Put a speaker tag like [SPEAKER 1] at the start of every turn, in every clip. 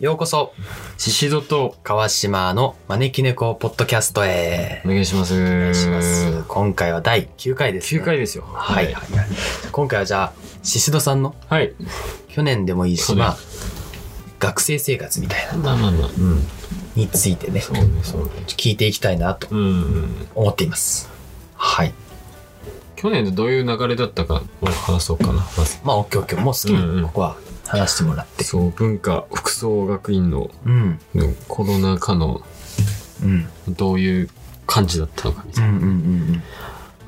[SPEAKER 1] ようこそ
[SPEAKER 2] シシドと
[SPEAKER 1] 川島の招き猫ポッドキャストへ
[SPEAKER 2] お願いします。お
[SPEAKER 1] お願いします
[SPEAKER 2] 9
[SPEAKER 1] 今回は第9回です、ね、
[SPEAKER 2] 回ですよ。
[SPEAKER 1] はいはいはい今回はじゃあシシドさんの
[SPEAKER 2] はい。
[SPEAKER 1] 去年でもいいし
[SPEAKER 2] そうね
[SPEAKER 1] まあ学生生活みたいな
[SPEAKER 2] まあまあまあ。うん。
[SPEAKER 1] についてね
[SPEAKER 2] そうね、そうね。
[SPEAKER 1] 聞いていきたいなと
[SPEAKER 2] うん。
[SPEAKER 1] 思っていますはい
[SPEAKER 2] 去年でどういう流れだったかを話そうかな、まず。
[SPEAKER 1] まあオッケーオッケーもう好き
[SPEAKER 2] うんう
[SPEAKER 1] に
[SPEAKER 2] ん
[SPEAKER 1] ここは話してもらって
[SPEAKER 2] そう、文化、服装学院の
[SPEAKER 1] うん
[SPEAKER 2] のコロナ禍の
[SPEAKER 1] うん
[SPEAKER 2] どういう感じだったのかみ
[SPEAKER 1] う
[SPEAKER 2] たい
[SPEAKER 1] ん
[SPEAKER 2] な。
[SPEAKER 1] うんうんうん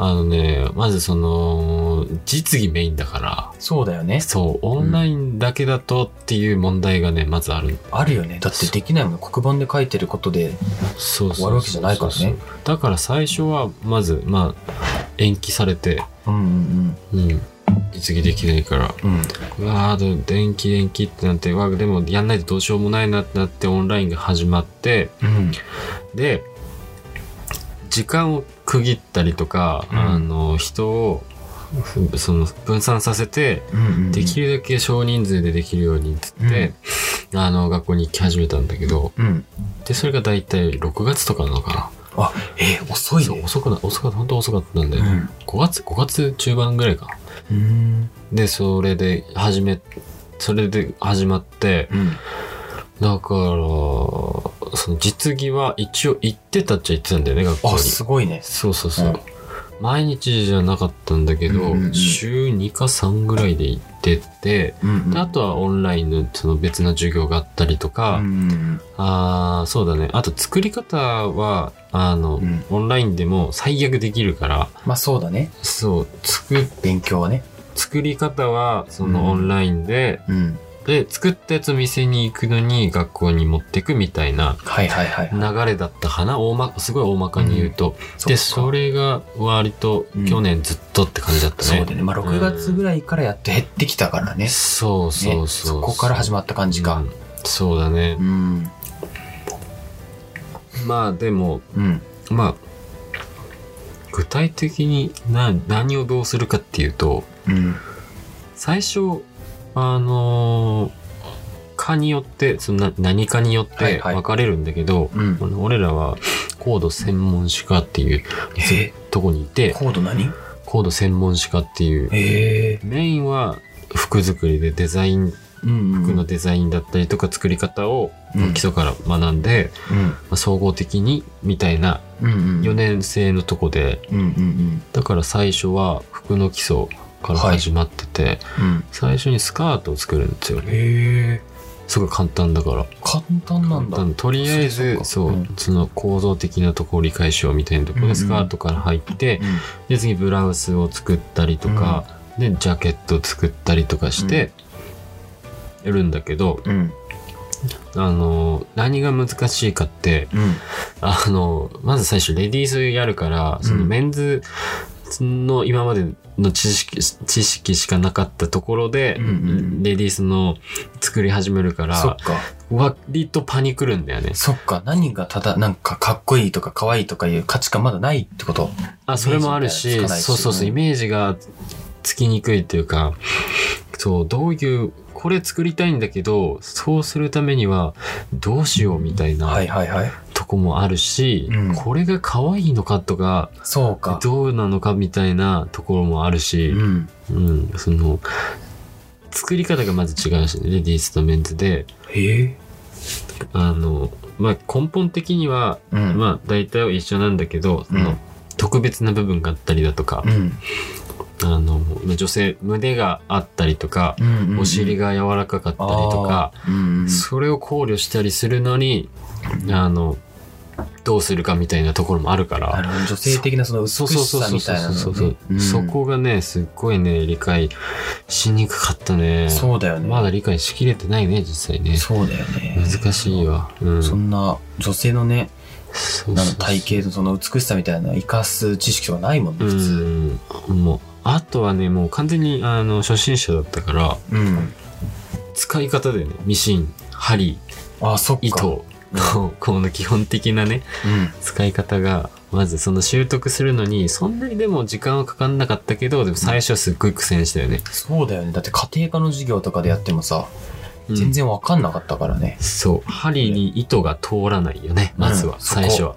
[SPEAKER 2] あのね、まずその、実技メインだから、
[SPEAKER 1] そうだよね
[SPEAKER 2] そう、オンラインだけだとっていう問題がね、まずある。
[SPEAKER 1] あるよねだってできないもん黒板で書いてることで
[SPEAKER 2] そうそうそう
[SPEAKER 1] 終わるわけじゃないからね。
[SPEAKER 2] だから最初は、まず、まあ、延期されて、
[SPEAKER 1] うんうん
[SPEAKER 2] うん。実技できないから、
[SPEAKER 1] うんうん
[SPEAKER 2] うわーで電気電気ってなってうわでもやんないとどうしようもないなってなってオンラインが始まって
[SPEAKER 1] うん
[SPEAKER 2] で時間を区切ったりとか、
[SPEAKER 1] うん
[SPEAKER 2] あの人をふその分散させて
[SPEAKER 1] うんうん
[SPEAKER 2] でき
[SPEAKER 1] る
[SPEAKER 2] るだけ少人数でできるようにっつって、あの学校に行き始めたんだけど
[SPEAKER 1] うん
[SPEAKER 2] でそれが大体6月とかなのか
[SPEAKER 1] あえー遅
[SPEAKER 2] ないそう
[SPEAKER 1] ね
[SPEAKER 2] 遅くな遅かった本当遅かったんで、
[SPEAKER 1] うん
[SPEAKER 2] 5月5月中盤ぐらいかな
[SPEAKER 1] うん
[SPEAKER 2] でそれで始めそれで始まって、
[SPEAKER 1] うん
[SPEAKER 2] だから、その実技は一応行ってたっちゃ行ってたんだよね、学校
[SPEAKER 1] あ
[SPEAKER 2] に。
[SPEAKER 1] すごいね
[SPEAKER 2] そうそうそう。
[SPEAKER 1] うん
[SPEAKER 2] 毎日じゃなかったんだけど、
[SPEAKER 1] うんうんうん
[SPEAKER 2] 週2か3ぐらいで行ってて、
[SPEAKER 1] うんうん
[SPEAKER 2] であとはオンラインのその別の授業があったりとか、
[SPEAKER 1] うん
[SPEAKER 2] ああそうだね。あと作り方は、あの、
[SPEAKER 1] うん
[SPEAKER 2] オンラインでも最悪できるから、
[SPEAKER 1] まあそうだね
[SPEAKER 2] そう、作、
[SPEAKER 1] 勉強はね
[SPEAKER 2] 作り方はそのオ
[SPEAKER 1] うん
[SPEAKER 2] ンラインで、
[SPEAKER 1] うん
[SPEAKER 2] で、作ったやつ店に行くのに学校に持ってくみたいな、
[SPEAKER 1] はいはいはい
[SPEAKER 2] 流れだったかな大ますごい大まかに言うと、でそ
[SPEAKER 1] れ
[SPEAKER 2] れが割と去年ずっとって感じだったね、
[SPEAKER 1] そうだねまあ6月ぐらいからやっと減ってきたからね
[SPEAKER 2] そう
[SPEAKER 1] ね
[SPEAKER 2] そうそう
[SPEAKER 1] そこから始
[SPEAKER 2] ま
[SPEAKER 1] まった感じか
[SPEAKER 2] そうだね
[SPEAKER 1] う、ん
[SPEAKER 2] まあでも
[SPEAKER 1] うん
[SPEAKER 2] まあ具体的に何何をどうするかっていうと
[SPEAKER 1] うん
[SPEAKER 2] 最初あのー科によってそのな何かによっ
[SPEAKER 1] はい
[SPEAKER 2] て
[SPEAKER 1] はい
[SPEAKER 2] 分かれるんだけど、
[SPEAKER 1] うん
[SPEAKER 2] あの俺らは高度専門士科っていう
[SPEAKER 1] え
[SPEAKER 2] とこにいて
[SPEAKER 1] コード何
[SPEAKER 2] 高度専門士科っていう
[SPEAKER 1] へえ
[SPEAKER 2] メインは服作りでデザイン
[SPEAKER 1] うんうん
[SPEAKER 2] 服のデザインだったりとか作り方を
[SPEAKER 1] うん
[SPEAKER 2] 基礎から学んで、
[SPEAKER 1] うん
[SPEAKER 2] まあ総合的にみたいな
[SPEAKER 1] うんうん
[SPEAKER 2] 4年生のとこで
[SPEAKER 1] うんうん
[SPEAKER 2] だから最初は服の基礎から始まってて、
[SPEAKER 1] うんうん
[SPEAKER 2] 最初にスカートを作るんですよね
[SPEAKER 1] へえ
[SPEAKER 2] すごい簡単だから
[SPEAKER 1] 簡単なんだ
[SPEAKER 2] 簡単とりあえず
[SPEAKER 1] そ
[SPEAKER 2] そうう、
[SPEAKER 1] かうん
[SPEAKER 2] その構造的なとこを理解しようみたいなとこ
[SPEAKER 1] うんう
[SPEAKER 2] ろ
[SPEAKER 1] ん
[SPEAKER 2] でスカートから入って、で次ブラウスを作ったりとか、でジャケット作ったりとかして、やるんだけど、
[SPEAKER 1] うんうん
[SPEAKER 2] あの、何が難しいかって、
[SPEAKER 1] うん
[SPEAKER 2] あの、まず最初レディースやるから、そ
[SPEAKER 1] う
[SPEAKER 2] の
[SPEAKER 1] ん
[SPEAKER 2] メンズの今までの知識、知識しかなかったところで、
[SPEAKER 1] うんうん
[SPEAKER 2] レディースの作り始めるか
[SPEAKER 1] そっ
[SPEAKER 2] ら、
[SPEAKER 1] か
[SPEAKER 2] 割とパニクるんだよね。
[SPEAKER 1] そっか何がただなんかかっこいいとか可愛いとかいう価値観まだないってこと
[SPEAKER 2] あ、それもあるし、
[SPEAKER 1] イメージがつかないし
[SPEAKER 2] そうそうそう、
[SPEAKER 1] うん
[SPEAKER 2] イメージがつきにくいっていうか、そう、どういう、これ作りたいんだけど、そうするためには、どうしようみたいな。
[SPEAKER 1] はいはいはい
[SPEAKER 2] とこもあるし、
[SPEAKER 1] うん
[SPEAKER 2] これが可愛いのかとか
[SPEAKER 1] そうか
[SPEAKER 2] どうなのかみたいなところもあるし、
[SPEAKER 1] うん
[SPEAKER 2] うんその作り方がまず違うしねレディースとメンズで
[SPEAKER 1] へえ
[SPEAKER 2] あの、まあ、根本的には、
[SPEAKER 1] うん
[SPEAKER 2] まあ、大体は一緒なんだけど、そ
[SPEAKER 1] うん
[SPEAKER 2] の特別な部分があったりだとか
[SPEAKER 1] う、ん
[SPEAKER 2] あのまあ女性胸があったりとか、
[SPEAKER 1] うんうん
[SPEAKER 2] お尻が柔らかかったりとか、
[SPEAKER 1] うんうん
[SPEAKER 2] それを考慮したりするのにあのどうするかみたいなところもあるから。
[SPEAKER 1] なるほど女性的なその美し
[SPEAKER 2] そうそうそう
[SPEAKER 1] さ
[SPEAKER 2] そう
[SPEAKER 1] み
[SPEAKER 2] そ
[SPEAKER 1] たい
[SPEAKER 2] う
[SPEAKER 1] なのね
[SPEAKER 2] そうそう、
[SPEAKER 1] うん
[SPEAKER 2] そこがねすっごいね理解しにくかったね
[SPEAKER 1] そうだよね
[SPEAKER 2] まだ理解しきれてないね実際ね
[SPEAKER 1] そうだよね
[SPEAKER 2] 難しいわうん
[SPEAKER 1] そんな女性のね
[SPEAKER 2] そう
[SPEAKER 1] なんか体型のその美しさみたいなのを生かす知識はないもんね
[SPEAKER 2] う
[SPEAKER 1] 普通
[SPEAKER 2] んもうあとはねもう完全にあの初心者だったから
[SPEAKER 1] うん
[SPEAKER 2] 使い方だよねミシン針
[SPEAKER 1] あそっか
[SPEAKER 2] 糸のこの基本的なね
[SPEAKER 1] うん
[SPEAKER 2] 使い方がまずその習得するのにそんなにでも時間はかかんなかったけどでも最初はすっごい苦戦したよね
[SPEAKER 1] そうだよねだって家庭科の授業とかでやってもさ
[SPEAKER 2] うん
[SPEAKER 1] 全然わかんなかったからね。
[SPEAKER 2] そう針に糸が通らないよねまずは、
[SPEAKER 1] うんそこ
[SPEAKER 2] 最初は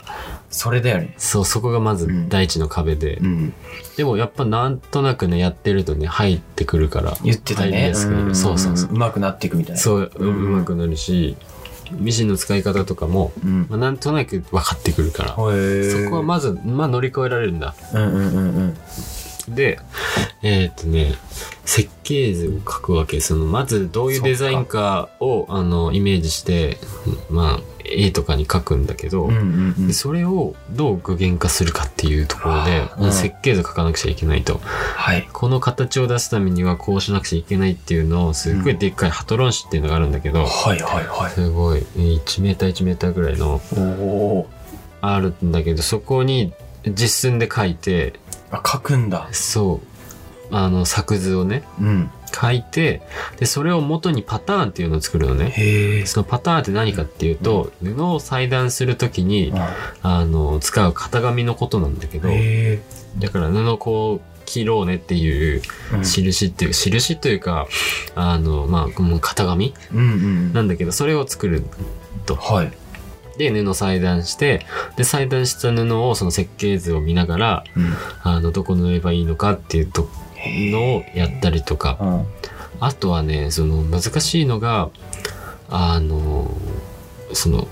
[SPEAKER 1] それだよね。
[SPEAKER 2] そうそこがま
[SPEAKER 1] う
[SPEAKER 2] ず
[SPEAKER 1] ん
[SPEAKER 2] 第一の壁で、
[SPEAKER 1] うん。
[SPEAKER 2] でもやっぱなんとなくねやってるとね入ってくるから
[SPEAKER 1] 言ってた
[SPEAKER 2] 入り
[SPEAKER 1] ね。
[SPEAKER 2] やすくなるそうそうそう
[SPEAKER 1] うまくなっていくみたいな。う。
[SPEAKER 2] そう、う
[SPEAKER 1] うん
[SPEAKER 2] うまくなるしミシンの使い方とかも、
[SPEAKER 1] うん。
[SPEAKER 2] まあ、なんとなく分かってくるから、
[SPEAKER 1] そ
[SPEAKER 2] そこはまず、まあ、乗り越えられるんだ
[SPEAKER 1] うんうんうんうん。
[SPEAKER 2] でえーっとね設計図を書くわけそのまずどういうデザインかをあのイメージしてまあ絵とかに書くんだけど、
[SPEAKER 1] うんうんうん
[SPEAKER 2] で。それをどう具現化するかっていうところで
[SPEAKER 1] あ、ーうん
[SPEAKER 2] 設計図書かなくちゃいけないと
[SPEAKER 1] はい。
[SPEAKER 2] この形を出すためにはこうしなくちゃいけないっていうのをすっごいでっかいハトロン紙っていうのがあるんだけど、
[SPEAKER 1] はいはいはい。
[SPEAKER 2] すごいえー1メーター1メーターぐらいの
[SPEAKER 1] おおー。
[SPEAKER 2] あるんだけどそこに実寸で書いて
[SPEAKER 1] あ、書くんだ。
[SPEAKER 2] そうあの作図をね
[SPEAKER 1] うん。
[SPEAKER 2] 書いてでそれを元にパターンっていうのを作るのね
[SPEAKER 1] へえ。
[SPEAKER 2] そのパターンって何かっていうと、布を裁断するときにあの使う型紙のことなんだけど
[SPEAKER 1] へえ。
[SPEAKER 2] だから布をこう切ろうねっていう
[SPEAKER 1] うん
[SPEAKER 2] 印っていう印というかあのまあもう型紙
[SPEAKER 1] うんうんう。
[SPEAKER 2] なんんだけどそれを作る
[SPEAKER 1] はい。
[SPEAKER 2] で布を裁断してで裁断した布をその設計図を見ながら
[SPEAKER 1] うん
[SPEAKER 2] あのどこ縫えばいいのかっていうとのをやったりとか
[SPEAKER 1] うん。
[SPEAKER 2] あとはねその難しいのがあのその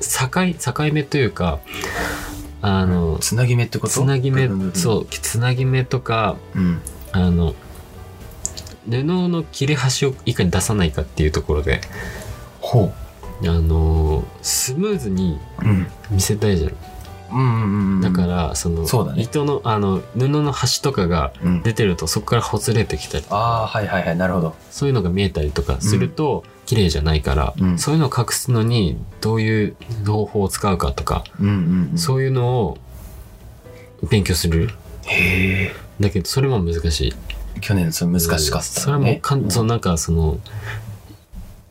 [SPEAKER 2] 境境目というかあの
[SPEAKER 1] つなぎ目ってこと。
[SPEAKER 2] つなぎ目そううつなぎ目とか
[SPEAKER 1] うん。
[SPEAKER 2] あの布の切れ端をいかに出さないかっていうところで
[SPEAKER 1] ほう。
[SPEAKER 2] あのスムーズに
[SPEAKER 1] うん。
[SPEAKER 2] 見せたいじゃん
[SPEAKER 1] うんうんうん。
[SPEAKER 2] だか、ら、その、
[SPEAKER 1] そうだね
[SPEAKER 2] 糸の、あの、布の端とかが
[SPEAKER 1] うん。
[SPEAKER 2] 出てると、そこからほつれてきたり、
[SPEAKER 1] ああ、はいはいはい、なるほど。
[SPEAKER 2] そういうのが見えたりとかすると、綺麗じゃないから、
[SPEAKER 1] うん
[SPEAKER 2] そういうのを隠すのに、どういう方法を使うかとか、
[SPEAKER 1] うんうんうん。
[SPEAKER 2] そういうのを勉強する。
[SPEAKER 1] へえ。
[SPEAKER 2] だけど、それも難しい。
[SPEAKER 1] 去年、それ難しかったね。
[SPEAKER 2] それはもうかん、そう、なんか、その、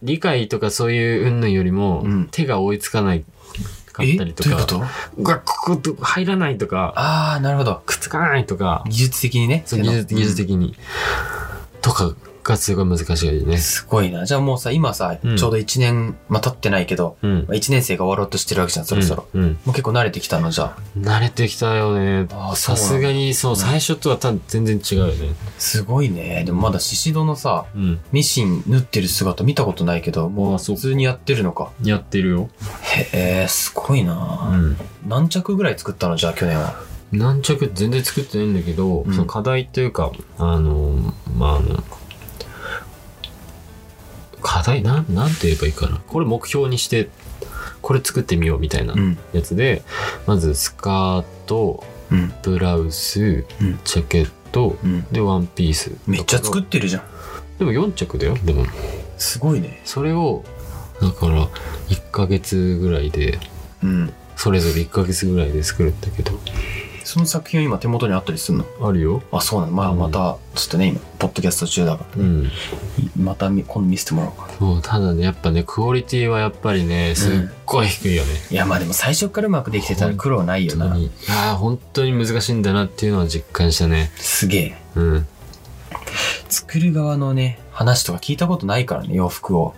[SPEAKER 2] 理解とかそういう云々よりも、
[SPEAKER 1] うん
[SPEAKER 2] 手が追いつかないかっ
[SPEAKER 1] えど
[SPEAKER 2] た
[SPEAKER 1] う
[SPEAKER 2] り
[SPEAKER 1] いう
[SPEAKER 2] とか、
[SPEAKER 1] こと
[SPEAKER 2] うわここ入らないとか、
[SPEAKER 1] ああ、なるほど。
[SPEAKER 2] くっつかないとか、
[SPEAKER 1] 技術的にね。
[SPEAKER 2] そう技術技術
[SPEAKER 1] 的
[SPEAKER 2] 的に、とかがすごい難しいよね。
[SPEAKER 1] すごいな。じゃあもうさ、今さ、ち
[SPEAKER 2] う
[SPEAKER 1] ょ
[SPEAKER 2] ん
[SPEAKER 1] うど1年、まあ、経ってないけど、
[SPEAKER 2] うん。
[SPEAKER 1] 1年生が終わろうとしてるわけじゃん、そろそろ。
[SPEAKER 2] うん。うん
[SPEAKER 1] もう結構慣れてきたの、じゃ
[SPEAKER 2] 慣れてきたよね。
[SPEAKER 1] あ。
[SPEAKER 2] さすが
[SPEAKER 1] に。
[SPEAKER 2] に、そう、
[SPEAKER 1] ん
[SPEAKER 2] 最初とは多分全然違うよね。
[SPEAKER 1] すごいね。でもまだ宍戸のさ、
[SPEAKER 2] うん。
[SPEAKER 1] ミシン縫ってる姿見たことないけど、も
[SPEAKER 2] あ
[SPEAKER 1] う
[SPEAKER 2] あそう
[SPEAKER 1] 普通にやってるのか。
[SPEAKER 2] やってるよ。
[SPEAKER 1] へえ、すごいうな、
[SPEAKER 2] ん。
[SPEAKER 1] 何着ぐらい作ったのじゃあ去年は。
[SPEAKER 2] 軟着全然作ってないんだけど、
[SPEAKER 1] うん
[SPEAKER 2] その課題というか、あの、まあ、あの、課題なん、なんて言えばいいかな。これ目標にして、これ作ってみようみたいな
[SPEAKER 1] うん。
[SPEAKER 2] やつで、まずスカート、
[SPEAKER 1] うん。
[SPEAKER 2] ブラウス、
[SPEAKER 1] うん
[SPEAKER 2] ジャケット、
[SPEAKER 1] うん。
[SPEAKER 2] でワンピース
[SPEAKER 1] めっちゃ作
[SPEAKER 2] っ
[SPEAKER 1] ってるじゃん。
[SPEAKER 2] でも4着だよでも
[SPEAKER 1] すごいね。
[SPEAKER 2] それをだから1ヶ月ぐらいで
[SPEAKER 1] うん。
[SPEAKER 2] それぞれ1ヶ月ぐらいで作るんだけど
[SPEAKER 1] その作品は今手元にあったりするの
[SPEAKER 2] あるよ
[SPEAKER 1] あ、そうなの。まあ
[SPEAKER 2] うん
[SPEAKER 1] また、ちょっとね、今、ポッドキャスト中だか
[SPEAKER 2] うん
[SPEAKER 1] ら。また見今度見せてもらおうか。
[SPEAKER 2] そうただねやっぱねクオリティはやっぱりねすっごい低いよね、
[SPEAKER 1] いや、まあでも最初からうまくできてたら苦労ないよ
[SPEAKER 2] 本当
[SPEAKER 1] な。
[SPEAKER 2] にいやー本当に難しいんだなっていうのは実感したね
[SPEAKER 1] すげえ。
[SPEAKER 2] うん
[SPEAKER 1] 作る側のね、話とか聞いたことないからね、洋服を。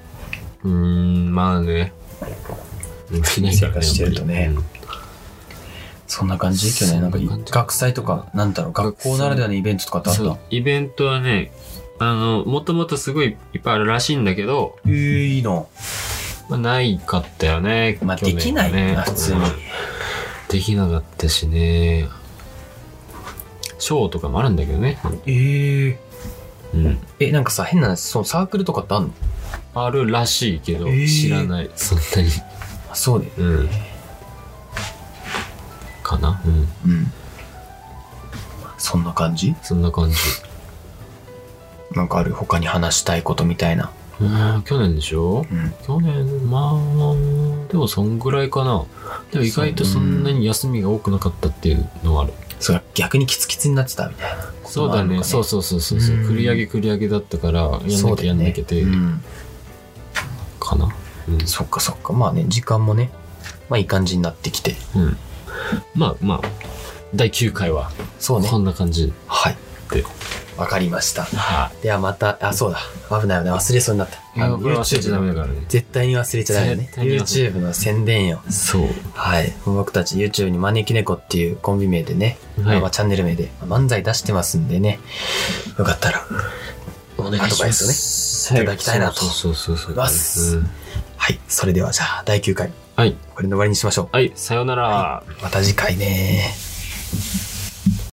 [SPEAKER 2] うーんまあね
[SPEAKER 1] 生活してるとね
[SPEAKER 2] やっぱりうん
[SPEAKER 1] そんな感じ去年、なんか
[SPEAKER 2] そんな感、じ
[SPEAKER 1] 学祭とか、なんだろう、学校ならではのイベントとかってあっ
[SPEAKER 2] そう
[SPEAKER 1] た
[SPEAKER 2] イベントはねあのもともとすごいいっぱいあるらしいんだけど、
[SPEAKER 1] えー、いいの。
[SPEAKER 2] まあ、ないかったよね
[SPEAKER 1] まあ、
[SPEAKER 2] 去
[SPEAKER 1] で
[SPEAKER 2] 年
[SPEAKER 1] きない
[SPEAKER 2] ね
[SPEAKER 1] な、普通に。
[SPEAKER 2] できなかったしねショーとかもあるんだけどね
[SPEAKER 1] ええ
[SPEAKER 2] うん
[SPEAKER 1] え、なんかさ、変な話、そのサークルとかってあんの
[SPEAKER 2] あるらしいけど、
[SPEAKER 1] えー
[SPEAKER 2] 知らないそんなに
[SPEAKER 1] あそうで。
[SPEAKER 2] うんかなうん
[SPEAKER 1] うん。そんな感じ
[SPEAKER 2] そんな感じ
[SPEAKER 1] なんかある他に話したいことみたいな。
[SPEAKER 2] うん去年でしょ
[SPEAKER 1] うん。
[SPEAKER 2] 去年まあでもそんぐらいかなでも意外とそんなに休みが多くなかったっていうのはある
[SPEAKER 1] それ逆にキツキツになってたみたいな。
[SPEAKER 2] そうだねそうそうそうそうそう
[SPEAKER 1] うん
[SPEAKER 2] 繰り上げ繰り上げだったからやん
[SPEAKER 1] そ
[SPEAKER 2] な
[SPEAKER 1] う
[SPEAKER 2] き
[SPEAKER 1] だ
[SPEAKER 2] ゃや
[SPEAKER 1] よ
[SPEAKER 2] ん
[SPEAKER 1] ね
[SPEAKER 2] なきゃで
[SPEAKER 1] うん。
[SPEAKER 2] かなうん
[SPEAKER 1] そっかそっか。まあね、時間もね、まあいい感じになってきて。
[SPEAKER 2] うんまあまあ第9回は
[SPEAKER 1] そうね
[SPEAKER 2] こ。んな感じ
[SPEAKER 1] はい。
[SPEAKER 2] で
[SPEAKER 1] わかりました。
[SPEAKER 2] は
[SPEAKER 1] ではまた、あ、そうだ。危ない危ない。忘れそうになった。
[SPEAKER 2] い。いや、これ忘れちゃダメだからね。
[SPEAKER 1] 絶対に忘れちゃダメだね。
[SPEAKER 2] 絶対に忘
[SPEAKER 1] YouTube の宣伝よ。
[SPEAKER 2] そう。
[SPEAKER 1] はい。僕たち YouTube に招き猫っていうコンビ名でね、
[SPEAKER 2] はい
[SPEAKER 1] まあチャンネル名で漫才出してますんでね、よかったら、
[SPEAKER 2] お願いし
[SPEAKER 1] アドバイ
[SPEAKER 2] ス
[SPEAKER 1] をねいただきたいなと
[SPEAKER 2] そうそうそうそう。
[SPEAKER 1] ます
[SPEAKER 2] うん
[SPEAKER 1] はい。それではじゃあ、第9回、
[SPEAKER 2] はい。
[SPEAKER 1] これで終わりにしましょう。
[SPEAKER 2] はい、さようなら。
[SPEAKER 1] また次回ね